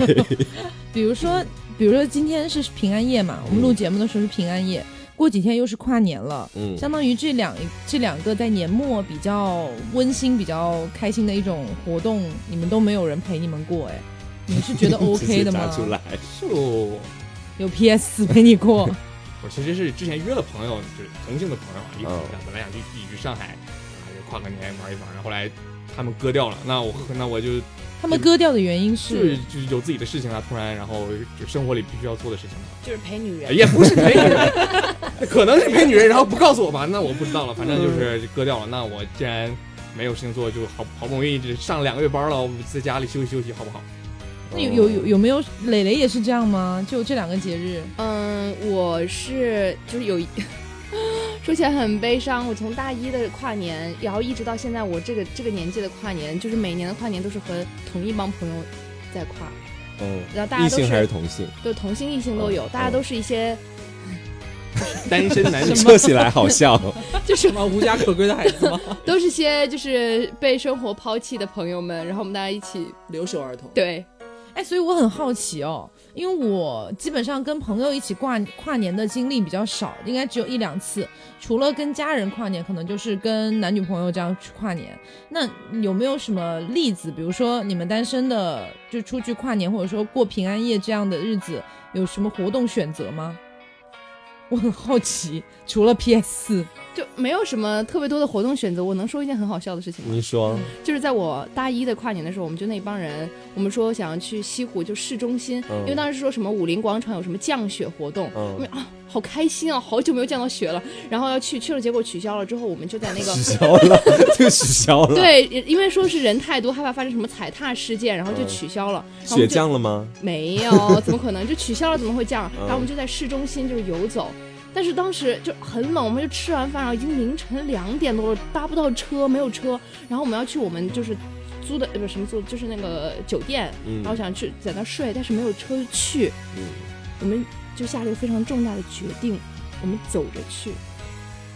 A: 比如说，比如说今天是平安夜嘛，我们录节目的时候是平安夜，过几天又是跨年了。
B: 嗯，
A: 相当于这两这两个在年末比较温馨、比较开心的一种活动，你们都没有人陪你们过，哎，你是 觉得
B: 直接
A: OK 的
B: 炸
A: 吗？
B: 出来，
E: 就
A: 有 PS 陪你 过，
E: 我其实是之前约了朋友，就是重庆的朋友啊，一
B: 嗯
E: 起想本来想去一起去上海，啊，就跨个年玩一玩，然后后来他们割掉了，那我那我就
A: 他们割掉的原因
E: 就是
A: 是
E: 就是有自己的事情啊，突然然后就生活里必须要做的事情了，
C: 就是陪女
E: 哎
C: 人。
E: 也不是陪女人，可能是陪女人，然后不告诉我吧，那我不知道了，反正就是割掉了。那我既然没有事情做，就好好不容易这上两个月班了，我在家里休息休息好不好？
A: 那有有有有没有磊磊也是这样吗？就这两个节日，
D: 嗯，我是就是有一。 说起来很悲伤，我从大一的跨年，然后一直到现在，我这个这个年纪的跨年，就是每年的跨年都是和同一帮朋友在跨，
B: 嗯，
D: 然后大
B: 异
D: 家都
B: 性还是
D: 是
B: 同性？
D: 就同性异性都有，
B: 嗯
D: 大家都是一些
E: 单身 男女
B: 哎说起来好 笑，
D: 就是
C: 什么 无家可归的孩子吗？
D: 都是些就是被生活抛弃的朋友们，然后我们大家一起
C: 留守儿童。
D: 对，
A: 哎，所以我很好奇哦，因为我基本上跟朋友一起跨跨年的经历比较少，应该只有一两次。除了跟家人跨年，可能就是跟男女朋友这样去跨年。那有没有什么例子？比如说你们单身的就出去跨年，或者说过平安夜这样的日子，有什么活动选择吗？我很好奇，除了 PS
D: 就没有什么特别多的活动选择。我能说一件很好笑的事情吗？
B: 你说
D: 就是在我大一的跨年的时候，我们就那帮人，我们说想要去西湖，就市中心，
B: 嗯
D: 因为当时说什么武林广场有什么降雪活动，
B: 嗯
D: 我们啊好开心啊，好久没有降到雪了，然后要去去了，结果取消了之后，我们就在那个
B: 取消了， 就取消了。，
D: 对，因为说是人太多，害怕发生什么踩踏事件，然后就取消了，然
B: 雪
D: 后我们就
B: 降了吗？
D: 没 有，怎么可能？就取消了，怎么会这样？
B: 嗯
D: 然后我们就在市中心就是游走，但是当时就很冷，我们就吃完饭，然后已经凌晨两点多了，搭不到车，没有车，然后我们要去我们就是租的呃不是什么租，就是那个酒店，
B: 嗯
D: 然后想去在那睡，但是没有车去，
B: 嗯
D: 我们就下了一个非常重大的决定，我们走着去。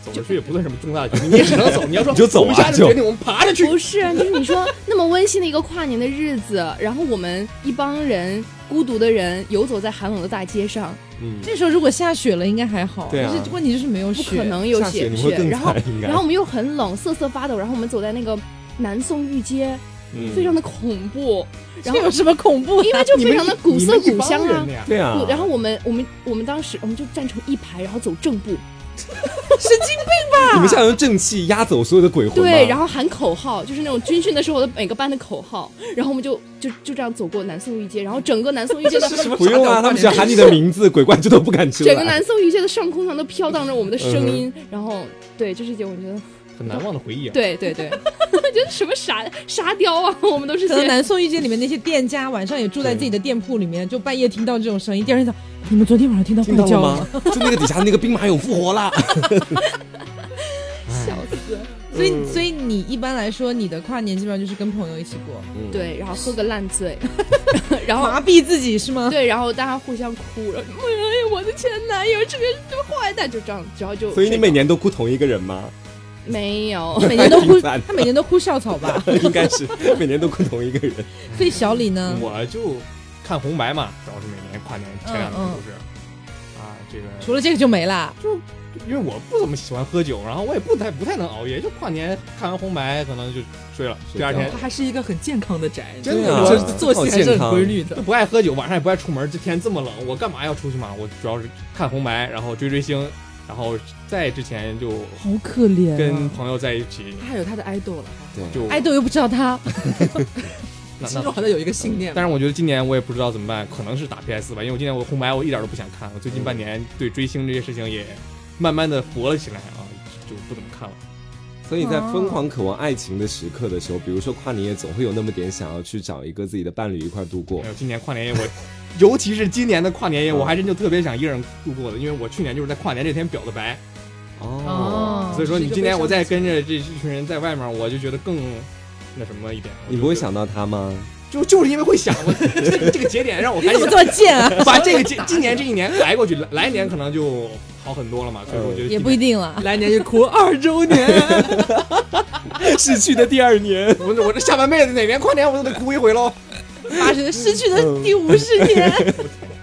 E: 走着去也不算什么重大的决定，你也只能走。你要说
B: 你就走啊
E: 我们下了
B: 就
E: 决定，我们爬 着去。
D: 不是，就是你说那么温馨的一个跨年的日子，然后我们一帮人孤独的人游走在寒冷的大街上，
B: 嗯，
A: 这时候如果下雪了，应该还好。
B: 对啊
A: 但是问题就是没有
D: 不
A: 雪，
D: 可能有
B: 下雪
D: 雪
B: 你会更
D: 然后
B: 惨，应该
D: 然后我们又很冷，瑟瑟发抖，然后我们走在那个南宋御街，
B: 嗯
D: 非常的恐怖，然
A: 这
D: 后
A: 有什么恐怖的？
D: 因为就非常的古色古香
E: 你们一帮人
D: 啊
E: 的。呀
B: 对啊
D: 不，，然后我们我们我们当时我们就站成一排，然后走正步，
B: 你们现在用正气压走所有的鬼魂吗
D: 对，然后喊口号，就是那种军训的时候的每个班的口号，然后我们就就就这样走过南宋御街，然后整个南宋御 街的
B: 不用啊，他们只要喊你的名字，鬼怪就都不敢出
D: 整个
B: 来。
D: 南宋御街的嗯上空上都飘荡着我们的声音，然后对，这是一件我觉得
E: 很难忘的回忆啊。
D: 对对对， 觉得什么沙沙雕啊，我们都是
A: 可能
D: 些
A: 南宋御街里面那些店家晚上也住在自己的店铺里面，就半夜听到这种声音，第二天早，你们昨天晚上听到
B: 听
A: 怪
B: 到
A: 叫
B: 了吗？？就那个底下那个兵马俑复活了。
D: 小死。
B: 嗯
A: 所以，所以你一般来说，你的跨年基本上就是跟朋友一起过，
B: 嗯，
D: 对，然后喝个烂醉， 然后
A: 麻痹自己是吗？
D: 对，然后大家互相哭，然后就哎我的前男友这个这个坏蛋，就这样，然后就
B: 所以你每年都哭同一个人 吗？
D: 没有
A: 他每年都哭，
B: 太频繁了
A: 他每年都哭校草吧。
B: 应该是每年都哭同一个人。
A: 所以小李
D: 嗯
A: 呢？
E: 我就看红白嘛，主要是每年跨年前两
A: 嗯
E: 年
A: 嗯
E: 都是啊，这个
A: 除了这个就没啦。
E: 因为我不怎么喜欢喝酒，然后我也不太不太能熬夜，就跨年看完红白可能就睡了，
B: 睡
E: 第
B: 觉
E: 二天
C: 他还是一个很健康的宅，
E: 哦真
B: 的
C: 我
B: 对啊
C: 这作息还是很规律的
E: 就。不爱喝酒，晚上也不爱出门。这天这么冷，我干嘛要出去嘛？我主要是看红白，然后追追星，然后在之前就
A: 好可怜、啊，
E: 跟朋友在一起，
C: 他还有他的爱豆了，
E: 就
D: 哎
A: 爱豆又不知道他，
E: 那
C: 心中
E: 那。
C: 好像有一个信念。
E: 但是我觉得今年我也不知道怎么办，可能是打 PS 吧，因为我今年我红白我一点都不想看，我最近半年对追星这些事情也慢慢的活了起来啊，就不怎么看了。
B: 所以在疯狂渴望爱情的时刻的时候，比如说跨年夜，总会有那么点想要去找一个自己的伴侣一块度过
E: 没。有，今年跨年夜我，尤其是今年的跨年夜，我还真就特别想一个人度过的，因为我去年就是在跨年这天表的白，
A: 哦，
E: 所以说
C: 是一
E: 你
C: 个
E: 今年
C: 悲伤
E: 我再
C: 的
E: 跟着这一群人在外面，我就觉得更那什么一点。
B: 你不会想到他 吗？
E: 就就是因为会想，我 这个这个节点让我
A: 你
E: 赶
A: 怎
E: 紧
A: 么这么贱
B: 哎
A: 啊？
E: 把这个今今年这一年挨过去，来来年可能就好很多了嘛。所以说我觉
A: 也
E: 得今
A: 不一定了。
C: 来年就哭二周年，
B: 逝去的第二年，
E: 我这我这下半辈子哪年跨年我都得哭一回喽。
A: 发生失去的第五十年，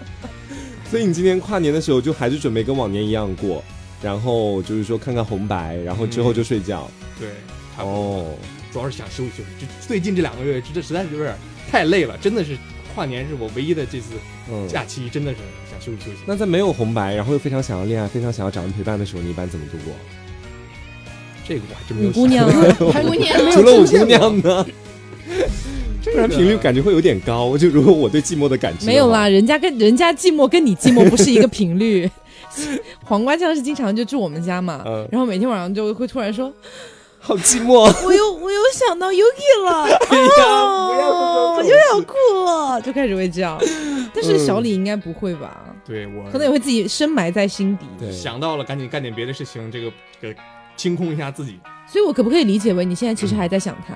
B: 所以你今年跨年的时候就还是准备跟往年一样过，然后就是说看看红白，然后之后就睡觉。
E: 对，差不多。
B: 哦，
E: 主要是想休息休息，这最近这两个月这实在是有点太累了，真的是跨年是我唯一的这次
B: 嗯。
E: 假期，真的是想休息休息。
B: 那在没有红白，然后又非常想要恋爱，非常想要找人陪伴的时候，你一般怎么度过？
E: 这个我还真
B: 嗯
E: 没
A: 五
E: 有
A: 姑
E: 想
A: 娘啊，
D: 排骨年
B: 除了我姑娘 呢？
E: 这
B: 不然频率感觉会有点高。就如果我对寂寞的感知的话
A: 没有啦，，人家跟人家寂寞跟你寂寞不是一个频率。 黄瓜酱是经常就住我们家嘛，
B: 嗯
A: 然后每天晚上就会突然说，
B: 好寂寞。
A: 我 又我又想到 Yuki 了，哦，我又要哭了，就开始会这样。但是小李应该不会吧？
E: 对我
A: 可能也会自己深埋在心底。
B: 对，
E: 想到了，赶紧干点别的事情，这个这个清空一下自己，
A: 所以我可不可以理解为你现在其实还在想他？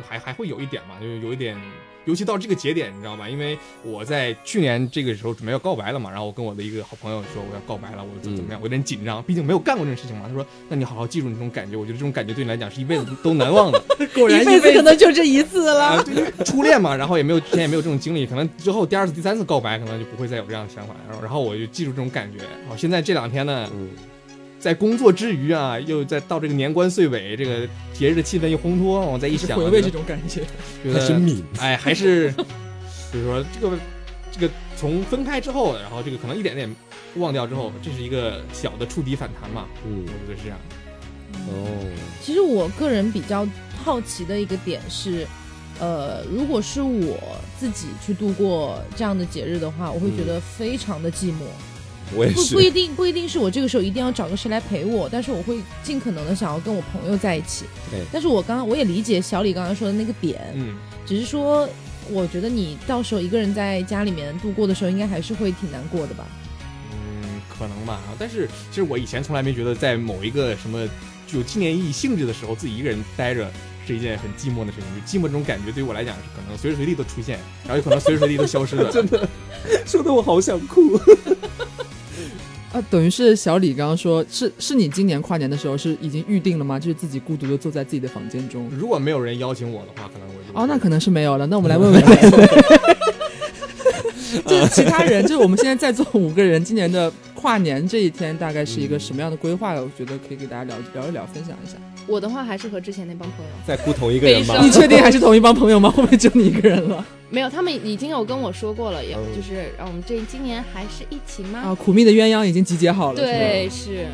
E: 就还还会有一点嘛，就是有一点，尤其到这个节点，你知道吗？因为我在去年这个时候准备要告白了嘛，然后我跟我的一个好朋友说我要告白了，我怎
B: 嗯
E: 怎么样？我有点紧张，毕竟没有干过这种事情嘛。他说，那你好好记住你这种感觉，我觉得这种感觉对你来讲是一辈子都难 忘的。
C: 果然
A: 一辈子可能就这一次了。
E: 啊，对，因为初恋嘛，然后也没有之前也没有这种经历，可能之后第二次、第三次告白，可能就不会再有这样的想法。然后，然后我就记住这种感觉。好，现在这两天呢，
B: 嗯
E: 在工作之余啊，又在到这个年关岁尾，这个节日的气氛又烘托，我再一
C: 是
E: 想，啊
C: 回味这种感觉。
E: 觉
B: 还是
E: 得
B: 敏，
E: 哎，还是就是说这个这个从分开之后，然后这个可能一点点忘掉之后，这是一个小的触底反弹嘛，
B: 嗯
E: 我觉得是这样。
B: 哦，
A: 其实我个人比较好奇的一个点是，呃，如果是我自己去度过这样的节日的话，我会觉得非常的寂寞。
B: 我也
A: 不
B: 是
A: 不。一定不一定是我这个时候一定要找个谁来陪我，但是我会尽可能的想要跟我朋友在一起。
B: 对
A: 但是我刚刚我也理解小李刚刚说的那个点，
E: 嗯，
A: 只是说我觉得你到时候一个人在家里面度过的时候，应该还是会挺难过的吧？
E: 嗯，可能吧。但是其实我以前从来没觉得在某一个什么具有纪念意义性质的时候，自己一个人待着是一件很寂寞的事情。就寂寞这种感觉对于我来讲是可能随时随地都出现，然后有可能随时随地都消失的。
B: 真的，说的我好想 哭。
C: 啊，等于是小李刚刚说，是是你今年跨年的时候是已经预定了吗？就是自己孤独的坐在自己的房间中。
E: 如果没有人邀请我的话，可能我就
C: 哦，那可能是没有了。那我们来问 问，嗯就是其他人，就是我们现在在座五个人，今年的跨年这一天大概是一个什么样的规划？我觉得可以给大家聊聊一聊，分享一下。
D: 我的话还是和之前那帮朋友，
B: 在哭同一个人吗
D: 悲？伤
C: 你确定还是同一帮朋友吗？会 不会就你一个人了？
D: 没有，他们已经有跟我说过了，也
B: 嗯
D: 就是让我们这今年还是一起吗？
C: 啊，苦命的鸳鸯已经集结好了。是吧
D: 对，是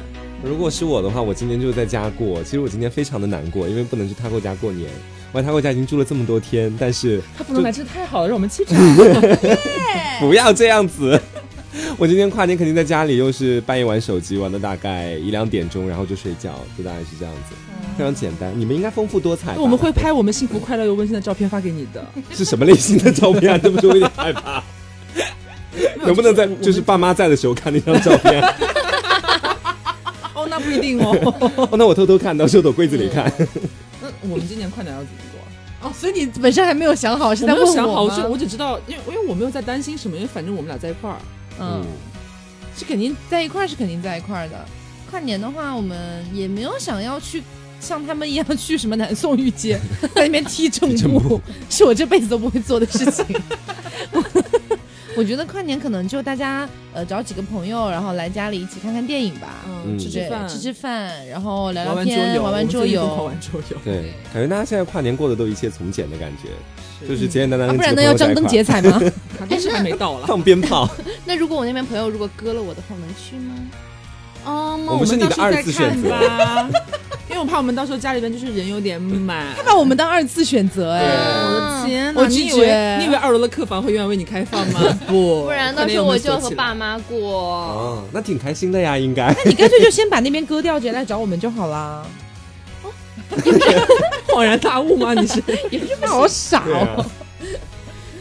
B: 如果是我的话，我今年就在家过。其实我今年非常的难过，因为不能去他过家过年。我在他过家已经住了这么多天，但是
C: 他不能来，真的太好了，让我们期待。
B: 不要这样子。 我今天跨年肯定在家里，又是半夜玩手机，玩到大概一两点钟，然后就睡觉，就大概是这样子，非常简单。你们应该丰富多彩吧。
C: 我们会拍我们幸福、快乐又温馨的照片发给你的。
B: 是什么类型的照片啊？对不起，我有点害怕。能不能在就是爸妈在的时候看那张照片？
C: 哦，那不一定 哦。
B: 哦，那我偷偷看，到时候躲柜子里看。
C: 那我们今年跨年要怎么过？
A: 哦，所以你本身还没有想好是
C: 我
A: 在
C: 没
A: 问
C: 有想好，
A: 我
C: 我
A: 吗
C: 只我只知道，因为因为我没有在担心什么，因为反正我们俩在一块儿。
A: 嗯，是肯定在一块儿，是肯定在一块儿的。跨年的话，我们也没有想要去像他们一样去什么南宋御街，在那边踢正
B: 踢正
A: 步，是我这辈子都不会做的事情。 我觉得跨年可能就大家呃找几个朋友，然后来家里一起看看电影吧，
B: 嗯
C: 嗯，吃吃
A: 对
C: 饭，
A: 吃吃饭，然后聊聊
C: 玩玩桌
A: 天，
C: 游，
A: 玩玩桌
C: 我们最近
A: 游，
C: 疯狂玩桌游。
B: 对，感觉大家现在跨年过得都一切从简的感觉，就是简简单单
A: 啊
B: 跟
A: 不
B: 几
A: 然
B: 个
A: 呢
B: 朋友
A: 要
B: 在
A: 张
B: 一
A: 灯
B: 块
A: 结
B: 儿
A: 彩吗？
C: 啊但是还没到 了。
B: 放鞭 炮。
D: 那如果我那边朋友如果割了我的话，我能去吗？
C: 哦，那
B: 我们是你的
C: 到时候再
B: 二次选择
C: 看吧， 因为我怕我们到时候家里边就是人有点满。
A: 把我们当二次选择哎，
C: 我
D: 嗯
C: 的天呐！
A: 我
C: 你
A: 拒
C: 以为
A: 绝
C: 你以为二楼的客房会愿意为你 开放吗？不，
D: 不然
C: 快
D: 到
C: 点
D: 时候
C: 我
D: 我
C: 们
D: 就要
C: 锁
D: 和
C: 起来
D: 爸妈过。
B: 哦，那挺开心的呀，应该。
A: 你干脆就先把那边割掉，直接来找我们就好啦。
C: 恍然大悟吗？你是
A: 也不是好傻
B: 对
A: 哦。
B: 啊，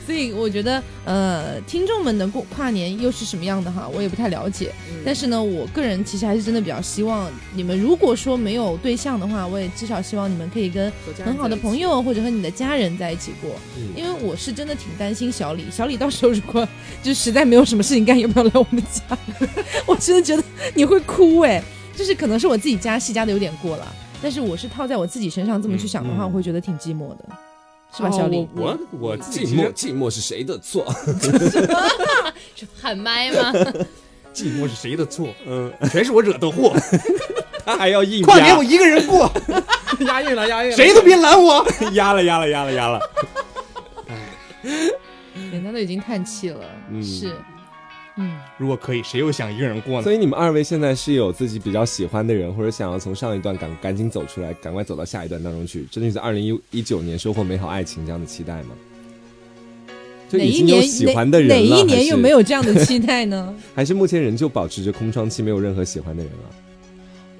A: 所所以我觉得，呃，听众们的过跨年又是什么样的哈，我也不太了解。
C: 嗯
A: 但是呢，我个人其实还是真的比较希望你们，如果说没有对象的话，我也至少希望你们可以跟很好的朋友或者和你的家人在一起过。因为我是真的挺担心小李，小李到时候如果就实在没有什么事情干，有没有来我们家？我真的觉得你会哭哎、就是可能是我自己加戏加的有点过了，但是我是套在我自己身上这么去想的话，
B: 嗯
A: 我
B: 嗯
A: 会觉得挺寂寞的，是
C: 是
A: 吧，小李？
E: 我我自己
B: 寂
E: 其
B: 寞寂寞是
E: 实
B: 谁的错？
D: 是喊麦吗？
E: 寂寞是谁的错？
B: 嗯，
E: 全是我惹的祸。
B: 他还要硬
E: 跨年
B: 压
E: 我一个人过，
C: 押韵了，押韵了。
E: 谁都别拦我。
B: 压了压了压了压了。
A: 人家都已经叹气了，
B: 嗯
A: 是，嗯，
E: 如果可以，谁又想一个人过呢
B: 所？以你们二位现在是有自己比较喜欢的人，或者想要从上一段赶赶紧走出来，赶快走到下一段当中去，真的是二零一一九年收获美好爱情这样的期待吗？就
A: 哪
B: 已
A: 一
B: 经有
A: 年
B: 喜欢的人了，
A: 哪哪一年又没
B: 有？
A: 有这样的期待呢？
B: 还是目前仍旧保持着空窗期，没有任何喜欢的人了？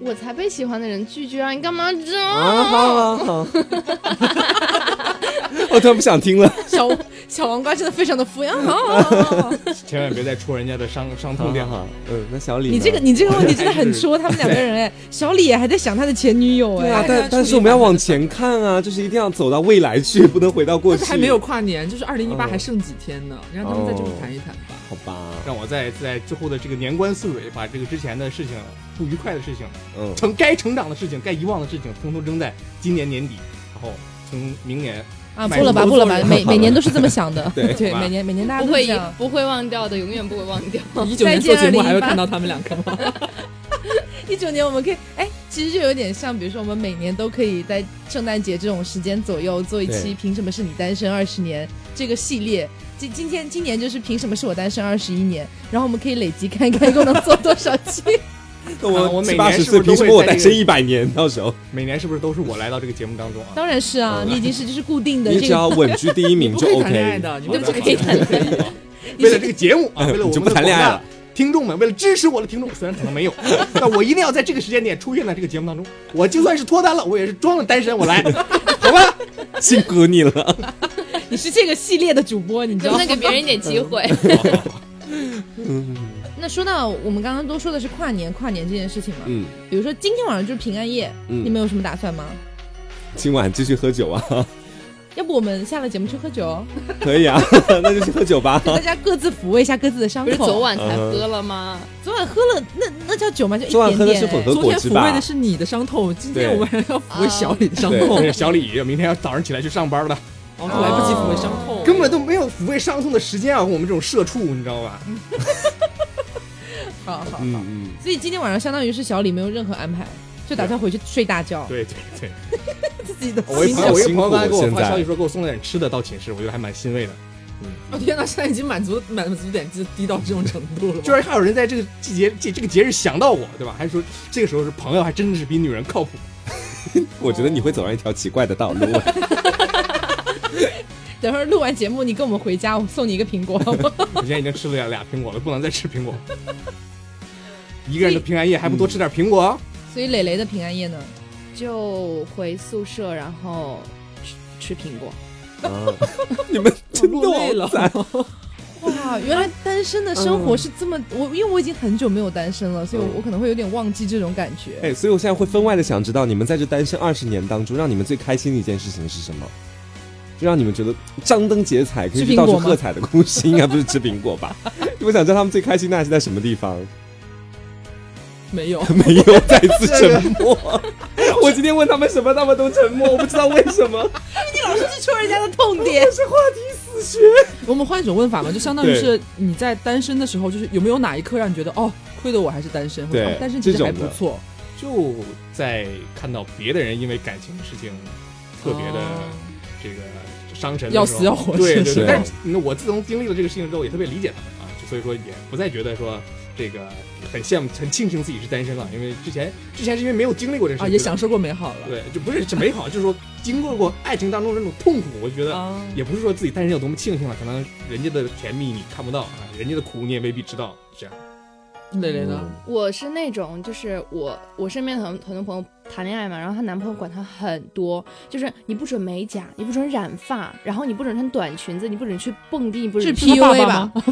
D: 我才被喜欢的人拒绝啊！你干嘛这样？
B: 啊，好好 好，我哦突然不想听了。
A: 小小黄瓜真的非常的敷衍，好好好好 好，
E: 千万别再戳人家的伤 伤
B: 好
E: 痛点
B: 好。好，嗯，那小李呢，
A: 你这个你这个问题真的很戳他们两个人哎，小李也还在想他的前女友
B: 对啊
A: 哎，，
B: 但但是我们要往前看啊，就是一定要走到未来去，不能回到过
C: 但
B: 去。
C: 是还没有，跨年，就是二零一
B: 哦
C: 八还剩几天呢，让他们在这里
B: 哦
C: 谈一谈吧。
B: 好吧？
E: 让我在在最后的这个年关似水，把这个之前的事情、不愉快的事情、
B: 嗯，
E: 成该成长的事情、该遗忘的事情，通通扔在今年年底，然后从明年
A: 啊，不了吧不了吧，每每年都是这么想的，
B: 对
A: 对，
E: 好吧
A: 每年每年大家
D: 不
A: 都
D: 会
A: 这样。
D: 不会忘掉的，永远不会忘 掉。
C: 一
A: 哦
C: 九
A: 再
C: 年
A: 见
C: 做节目
A: 2018
C: 还会看到他们两个吗？
A: 一九年我们可以，哎，其实就有点像，比如说我们每年都可以在圣诞节这种时间左右做一期
B: 对
A: 《凭什么是你单身二十年》这个系列。今今天今年就是凭什么是我单身二十一年，然后我们可以累积看看一共能做多少 期。
B: 那
E: 啊
B: 我
E: 我
B: 七
E: 每
B: 八
E: 年
B: 十
E: 是
B: 岁，
E: 不是
B: 凭
E: 都
B: 什
E: 会
B: 么我
E: 在这
B: 单
E: 个
B: 身一百年？到时候
E: 每年是不是都是我来到这个节目当中啊？
A: 当然是啊，你已经是就是固定 的
B: 你
A: 这
B: 只
A: 个，
B: 要稳居第一名
C: 不
B: 就
C: 可以谈恋爱
B: OK。
C: 的，你
E: 我
C: 们
E: 的
C: 不
E: 妈
C: 可以谈恋爱的。
E: 为了这个 节目啊，为了我
B: 你就
E: 们
B: 不
E: 的
B: 谈恋爱了
E: 广大听众们，为了支持我的听众，虽然可 能没有，但我一定要在这个时间点出现在这个节目当中。我就算是脱单了，我也是装了单身 我来，好吧？
B: 辛苦你了。
A: 你是 这个系列的主播，你知
D: 能
A: 道
D: 不
A: 吗
D: 能？给别人一点机 会？
A: 那说到我们刚刚都说的是跨年，跨年这件事情嘛，
B: 嗯，
A: 比如说今天晚上就是平安夜，
B: 嗯
A: 你们有什么打算吗？
B: 今晚继续喝酒啊，
A: 要不我们下了节目去喝酒，
B: 可以啊， 那就去喝酒吧。
A: 大家各自抚慰一下各自的伤
D: 不
A: 口。
D: 是昨晚才喝了吗？
A: 昨晚喝了，那那叫酒吗？就一点点。
B: 昨晚喝的是混合
C: 昨
B: 果
C: 天
B: 汁
C: 抚慰
B: 吧
C: 的？是你的伤痛，今天
B: 对
C: 我们要抚慰小李的伤痛，
E: 这是小李，明天要早上起来去上班了，
C: 然后来不及抚慰伤痛，
B: 哦
E: 根本都没有抚慰伤痛的时间啊！我们这种社畜，你知道吧？
A: 嗯好好。
B: 嗯嗯，
A: 所以今天晚上相当于是小李没有任何安排，就打算回去睡大觉。
E: 对对对，
A: 自己的
E: 我一
A: 心
E: 朋友，
A: 情
E: 我一朋友刚才给我
B: 辛苦
E: 发
B: 现在
E: 消息说给我送了点吃的到寝室，我觉得还蛮欣慰的。
C: 我哦天哪，现在已经满足满足点低低到这种程度了，
E: 居然还有人在这个季节、这这个节日想到我，对吧？还说这个时候是朋友，还真的是比女人靠 谱。
B: 我觉得你会走上一条奇怪的道路。
A: 等会儿录完节目，你跟我们回家，我送你一个苹果。
E: 我现在已经吃了俩俩苹果了，不能再吃苹果。 一个人的平安夜还不多吃点 苹果？啊
A: 所以磊磊的平安夜呢？
D: 就回宿舍，然后吃吃苹果。
B: 啊 你们真的
C: 哦落泪
B: 好惨
C: 了。
A: 哇，原来单身的生活是这么……嗯我因为我已经很久没有单身了，所以我我可能会有点忘记这种感觉。
B: 哎，所以我现在会分外的想知道，你们在这单身二十年当中，让你们最开心的一件事情是什么？就让你们觉得张灯结彩，可以去到处喝彩的故 事，应该不是吃苹果吧？我想知道他们最开心的还是在什么地 方？
C: 没有。
B: 没有，再次沉默。我今天问他们什么，他们都沉默，我不知道为什么。
A: 老是去戳人家的痛点。
C: 我们换一种 问法嘛，就相当于是你在单身的时候，就是有没有哪一刻让你觉得哦，亏得我还是单身，或者
B: 对
C: 哦单身其
B: 这
C: 实
B: 种
C: 还
B: 的
C: 不错，
E: 就在看到别的人因为感情的事情特别的
A: 哦
E: 这个伤神的时候，
C: 要死要活
E: 对对
B: 是
E: 对，但是那我自从经历了这个事情之后，也特别理解他们啊，就所以说也不再觉得说这个很羡慕、很庆幸自己是单身了，因为之前之前是因为没有经历过这事
C: 啊，也享受过美好了。
E: 对，就不是是美好，就是说经过过爱情当中这种痛苦，我觉得
C: 啊，
E: 也不是说自己单身有多么庆幸啊了，可能人家的甜蜜你看不到啊，人家的苦你也未必知道，这样。
C: 磊磊呢？
E: 嗯
D: 我是那种，就是我我身边的很很多朋友谈恋爱嘛，然后她男朋友管她很多，就是你不准美甲，你不准染发，然后你不准穿短裙子，你不准去蹦迪，你不准
A: 是
D: 去爸
A: PUA
D: 爸
A: 吧
D: 吗？？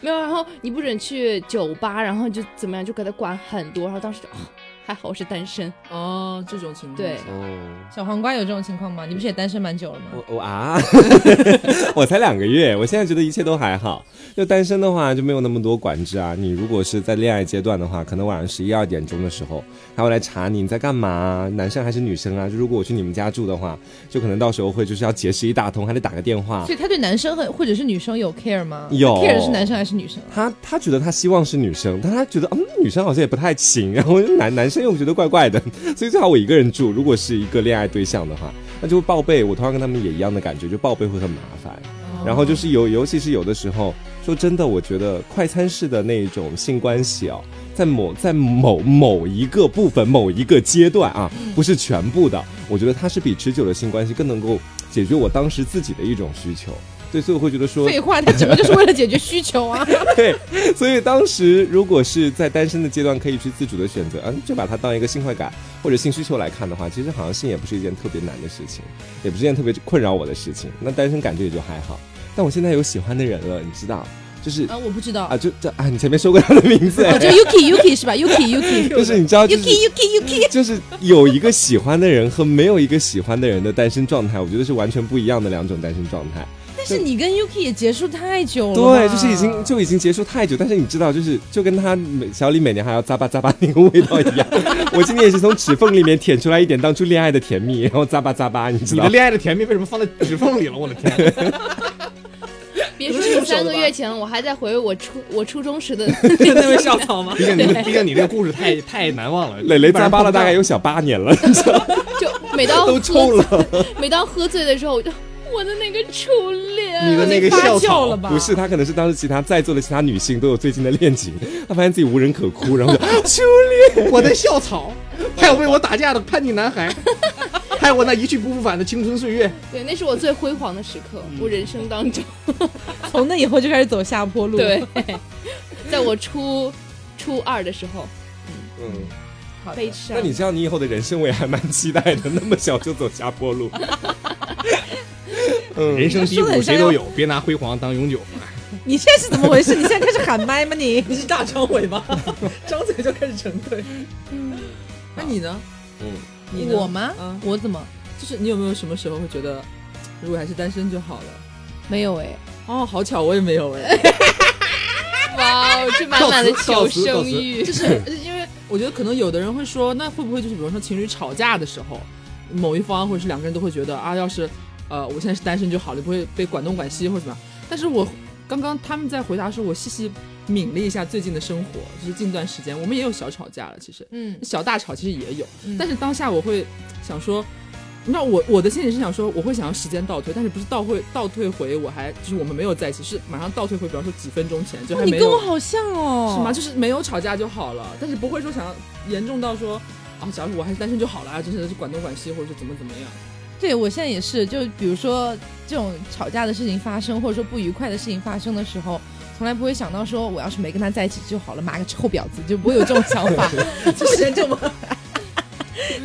D: 没有，然后你不准去酒吧，然后就怎么样，就给她管很多。然后当时就、哦、还好我是单身，
C: 哦，这种情况
D: 对
B: 哦，
A: 小黄瓜有这种情况吗？你不是也单身蛮久了吗？
B: 我我啊， 我才两个月，我现在觉得一切都还好。就单身的话就没有那么多管制啊。你如果是在恋爱阶段的话，可能晚上十一二点钟的时候，他会来查你你在干嘛啊，男生还是女生啊？就如果我去你们家住的话，就可能到时候会就是要结识一大通，还得打个电话
A: 所。以他对男生和或者是女生有 care 吗？
B: 有
A: 他 care 的是男生还是女生啊？
B: 他他觉得他希望是女生，但他觉得嗯女生好像也不太行， 然后男男生又觉得怪怪的， 所以最好我一个人住。如果是一个恋爱对象的话，那就会报备。我同样跟他们也一样的感觉，就报备会很麻烦。然后就是有，尤其是有的时候，说真的，我觉得快餐式的那种性关系哦，在某在某某一个部分、某一个阶段啊，不是全部的，我觉得它是比持久的性关系更能够解决我当时自己的一种需求。对，所以我会觉得说，
A: 废话，他整个就是为了解决需求啊！
B: 对， 所以当时如果是在单身的阶段，可以去自主的选择，嗯，就把它当一个性快感或者性需求来看的话，其实好像性也不是一件特别难的事情，也不是一件特别困扰我的事情。那单身感觉也就还好，但我现在有喜欢的人了，你知道，就是
A: 啊，我不知道，
B: 啊，就这啊，你前面说过他的名字，
A: 哦，
B: 哎
A: 就 Yuki Yuki 是吧？Yuki Yuki
B: 就是你知道，就
A: Yuki
B: 是嗯
A: Yuki Yuki，
B: 就是有一个喜欢的人和没有一个喜欢的人的单身状态，我觉得是完全不一样的两种单身状态。
A: 但是你跟 Yuki 也结束太久了吧，
B: 对，就是已经就已经结束太久，但是你知道，就是就跟他每小李每年还要咂巴咂巴那个味道一样，我今天也是从指缝里面舔出来一点当初恋爱的甜蜜，然后咂巴咂 巴，你知
E: 你
B: 道
E: 的。恋爱的甜蜜为什么放在指缝里了？我的天！
D: 别说是三个月前了，我还在回味我初我初中时 的
C: 那位校草吗？
E: 毕竟你的，毕竟你这个故事太太难忘了。
B: 磊磊咂巴了大概有小八年了，你知道，
D: 就每当
B: 都
D: 喝
B: 抽
D: 醉，
B: 了。
D: 每当喝醉的时候，我就我的那个初 恋，
E: 你的那个
A: 发
E: 校
A: 酵
E: 草
A: 了吧？
B: 不是，他可能是当时其他在座的其他女性都有最近的恋情，他发现自己无人可哭，然后就啊秋恋。
E: 我的校草，还有为我打架的叛逆男孩， 还有我那一去不复返的青春岁月。
D: 对，那是我最辉煌的时刻，
B: 嗯
D: 我人生当中，
A: 啊从那以后就开始走下坡路。
D: 对，，在我初初二的时候
B: 嗯，
A: 好的
D: 悲伤
B: 那。你知道你以后的人生我也还蛮期待的，那么小就走下坡路。嗯，
E: 人生低谷谁都有，别拿辉煌当永久。
A: 你现在是怎么回事？你现在开始喊麦吗 你？
C: 你是大张伟吗？ 张嘴就开始成对。
E: 嗯
C: 那你呢？
B: 嗯
C: 你呢
A: 我吗
C: 嗯？
A: 我怎么
C: 就是你有没有什么时候会觉得，如果还是单身就好了？
A: 没有哎？
C: 哦，好巧，我也没有哎。
D: 哇哦，这满满的
E: 告
D: 求
E: 辞告辞。
D: 生欲，
C: 就是因为我觉得可能有的人会说，那会不会就是比如说情侣吵架的时候，某一方或者是两个人都会觉得啊，要是呃我现在是单身就好了，不会被管东管西或者怎么样。但是我刚刚他们在回答说，我细细抿了一下最近的生活，就是近段时间我们也有小吵架了，其实
A: 嗯，
C: 小大吵其实也有，
A: 嗯
C: 但是当下我会想说。那我我的心里是想说，我会想要时间倒退，但是不是倒退倒退回我还就是我们没有在一起，是马上倒退回，比方说几分钟前就
A: 哇
C: 还
A: 你
C: 没有。
A: 跟我好像哦，
C: 是吗？？就是没有吵架就好了，但是不会说想要严重到说啊，假如我还是单身就好了啊，就是管东管西，或者是怎么怎么样。
A: 对，我现在也是，就比如说这种吵架的事情发生，或者说不愉快的事情发生的时候，从来不会想到说我要是没跟他在一起就好了，妈个臭婊子，就不会有这种想 法， 就是严重吗？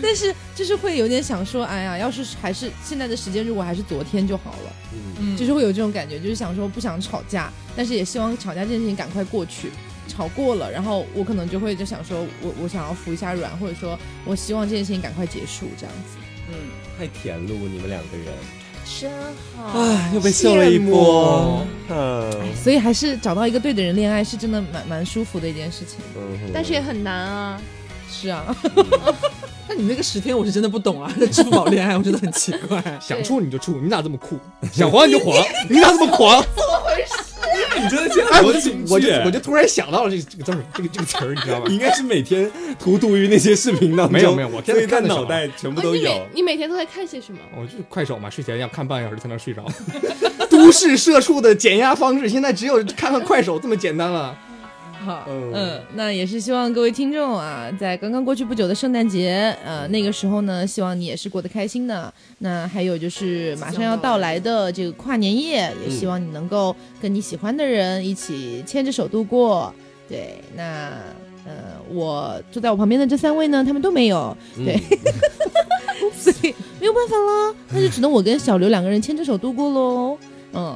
A: 但是就是会有点想说，哎呀，要是还是现在的时间，如果还是昨天就好了，
C: 嗯
A: 就是会有这种感觉，就是想说不想吵架，但是也希望吵架这件事情赶快过去。吵过了，然后我可能就会就想说我，我想要服一下软，或者说我希望这件事情赶快结束，这样子。
C: 嗯，
B: 太甜了，你们两个人。
D: 真好。
B: 唉，又被秀了一波。嗯
A: 所以还是找到一个对的人恋爱是真的蛮蛮舒服的一件事情。
B: 嗯
D: 但是也很难啊，
A: 是啊，
C: 那你那个十天我是真的不懂啊，那 支付宝恋爱我真的很奇怪
E: 想处你就处，你咋这 么酷？想黄你就黄，你咋这么狂？
B: 你真的觉
E: 哎，
B: 得
E: 我
B: 我
E: 就
B: 情
E: 我就我就突然想到了这个这个字儿，这个这个词儿，你 知道吗
B: 你？应该是每天荼毒于那些视频当中，
E: 没有没有我天
B: 所以
E: 天
B: 他
E: 看的
B: 脑
E: 少
B: 袋全部
D: 哦
B: 都
D: 你
B: 有。
D: 每你每天都在看些什么？
E: 我就是快手嘛，睡前要看半个小时才能睡着。 都市社畜的减压方式，现在只有看看快手这么简单了。
A: 好，
B: 嗯
A: 嗯，那也是希望各位听众啊，在刚刚过去不久的圣诞节，呃，
C: 嗯
A: 那个时候呢，希望你也是过得开心的。那还有就是马上要到来的这个跨年夜，也希望你能够跟你喜欢的人一起牵着手度过。对，那呃，我坐在我旁边的这三位呢，他们都没有，
C: 嗯
A: 对，所以没有办法啦，那就只能我跟小刘两个人牵着手度过喽。 嗯，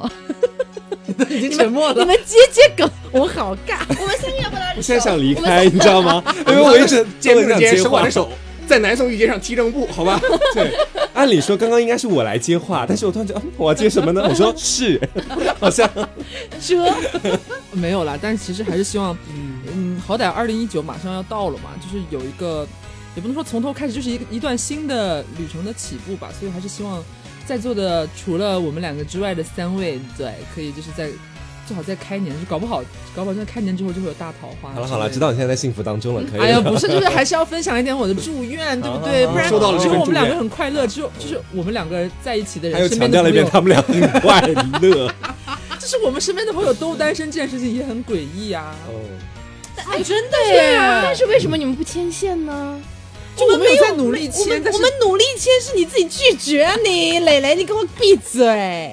C: 已经沉 默
A: 你
C: 了。
A: 们接接梗，我好 尬。我们三个要不要
B: 我现在想离开，你知道吗？因为哎我一直
E: 肩
B: 都很
E: 并
B: 想
E: 着肩，
B: 接
E: 手
B: 话
E: 挽着。 手，在南宋御街上踢正步，好吧？
B: 对，按理说刚刚应该是我来接话，但是我突然觉得，嗯我要接什么呢？我说是，好像
A: 折？啊
C: 没有啦，但是其实还是希望，
E: 嗯，
C: 嗯，好歹二零一九马上要到了嘛，就是有一个，也不能说从头开始，就是一个一段新的旅程的起步吧。所以还是希望在座的除了我们两个之外的三位，对，可以就是在最好在开年，就搞不好搞不好在开年之后就会有大啊桃花。
B: 好了好了，知。道你现在在幸福当中了，可以了。啊
C: 哎呀，不是，就是还是要分享一点我的祝愿，对不对？
B: 好好好
C: 不然
E: 收到了
C: 只
E: 这
C: 有
E: 份
C: 我们
E: 祝愿
C: 两个很快乐，只有就是我们两个在一起的
B: 还有
C: 人，
B: 强
C: 身边
B: 调
C: 的
B: 了一
C: 朋
B: 遍
C: 友，
B: 他们俩很快乐。
C: 就是我们身边的朋友都单身，这件事情也很诡异啊。
A: 哎，真的
D: 对
A: 耶！
D: 啊，但是为什么你们不牵线呢？
C: 就我们有在努力
A: 我
C: 牵，
A: 们
C: 但
A: 我
C: 是
A: 们努力牵是你自己拒绝啊你，磊磊，你给我闭嘴！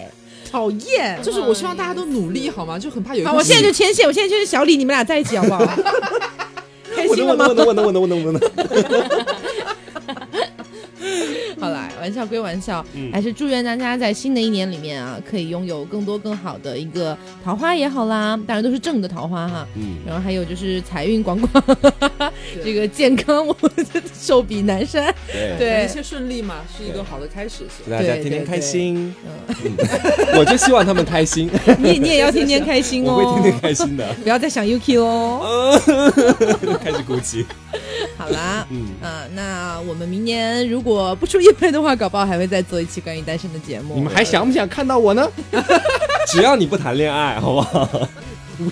A: 讨厌！
C: 就是我希望大家都努力好吗？就很怕有 一
A: 好，
C: 个
A: 我现在就牵线，我现在就是小李，你们俩在一起好不 好？开
B: 我
A: 心
B: 能
A: 了
B: 我
A: 吗
B: 能？我能我能我能我能我能。
A: 好啦，玩笑归玩笑，还是祝愿大家在新的一年里面啊，可以拥有更多更好的一个桃花也好啦，当然都是正的桃花哈。
B: 嗯，
A: 然后还有就是财运广广， 这个健康，我寿比南山。
B: 对。
A: 对
C: 一切顺利嘛，是一个好的开始。
B: 祝大家
A: 对
B: 天天
A: 对
B: 开心，
A: 嗯，
B: 我就希望他们开心，
A: 你你也要天天开心
B: 我
A: 哦，
B: 会天天开心的。
A: 不要再想 Yuki 喽。
B: 开始鼓起，
A: 好啦，
B: 嗯，
A: 啊，那我们明年如果不出意外的话，搞不好还会再做一期关于单身的节目。
E: 你们还想不想看到我呢？
B: 只要你不谈恋爱，好不好？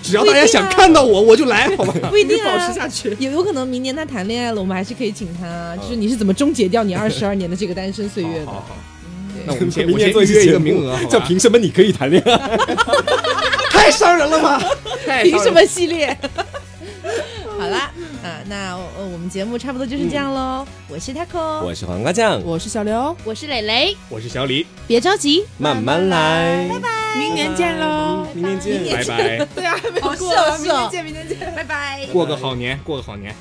E: 只要大家想看到我，我就来，好吧？
A: 不一定
C: 保
A: 啊
C: 持？下去。
A: 有有可能明年他谈恋爱了，我们还是可以请他。就是你是怎么终结掉你二十二年的这个单身岁月
E: 好好
A: 的？
E: 好， 那我们先
B: 明
E: 我
B: 年
E: 先
B: 做期
E: 约一
B: 节
E: 个
B: 目
E: 名 额，好吧
B: 叫凭什么你可以谈恋爱？
E: 太伤人了吧？
C: 太
A: 凭什么系列？ 好啦，啊，那呃我们节目差不多就是这样喽。我是 Taco，
B: 我是黄瓜酱，
C: 我是小刘，
D: 我是蕾蕾，
E: 我是小李，
A: 别着急，
B: 慢慢来，拜拜，
C: 明年见喽！
B: 明年见，
E: 拜拜，
C: 对啊，还没有
A: 好
C: 过
A: 笑
C: 啊，明
A: 笑
C: 年见，明年见，拜拜。
E: 过个好年，过个好年，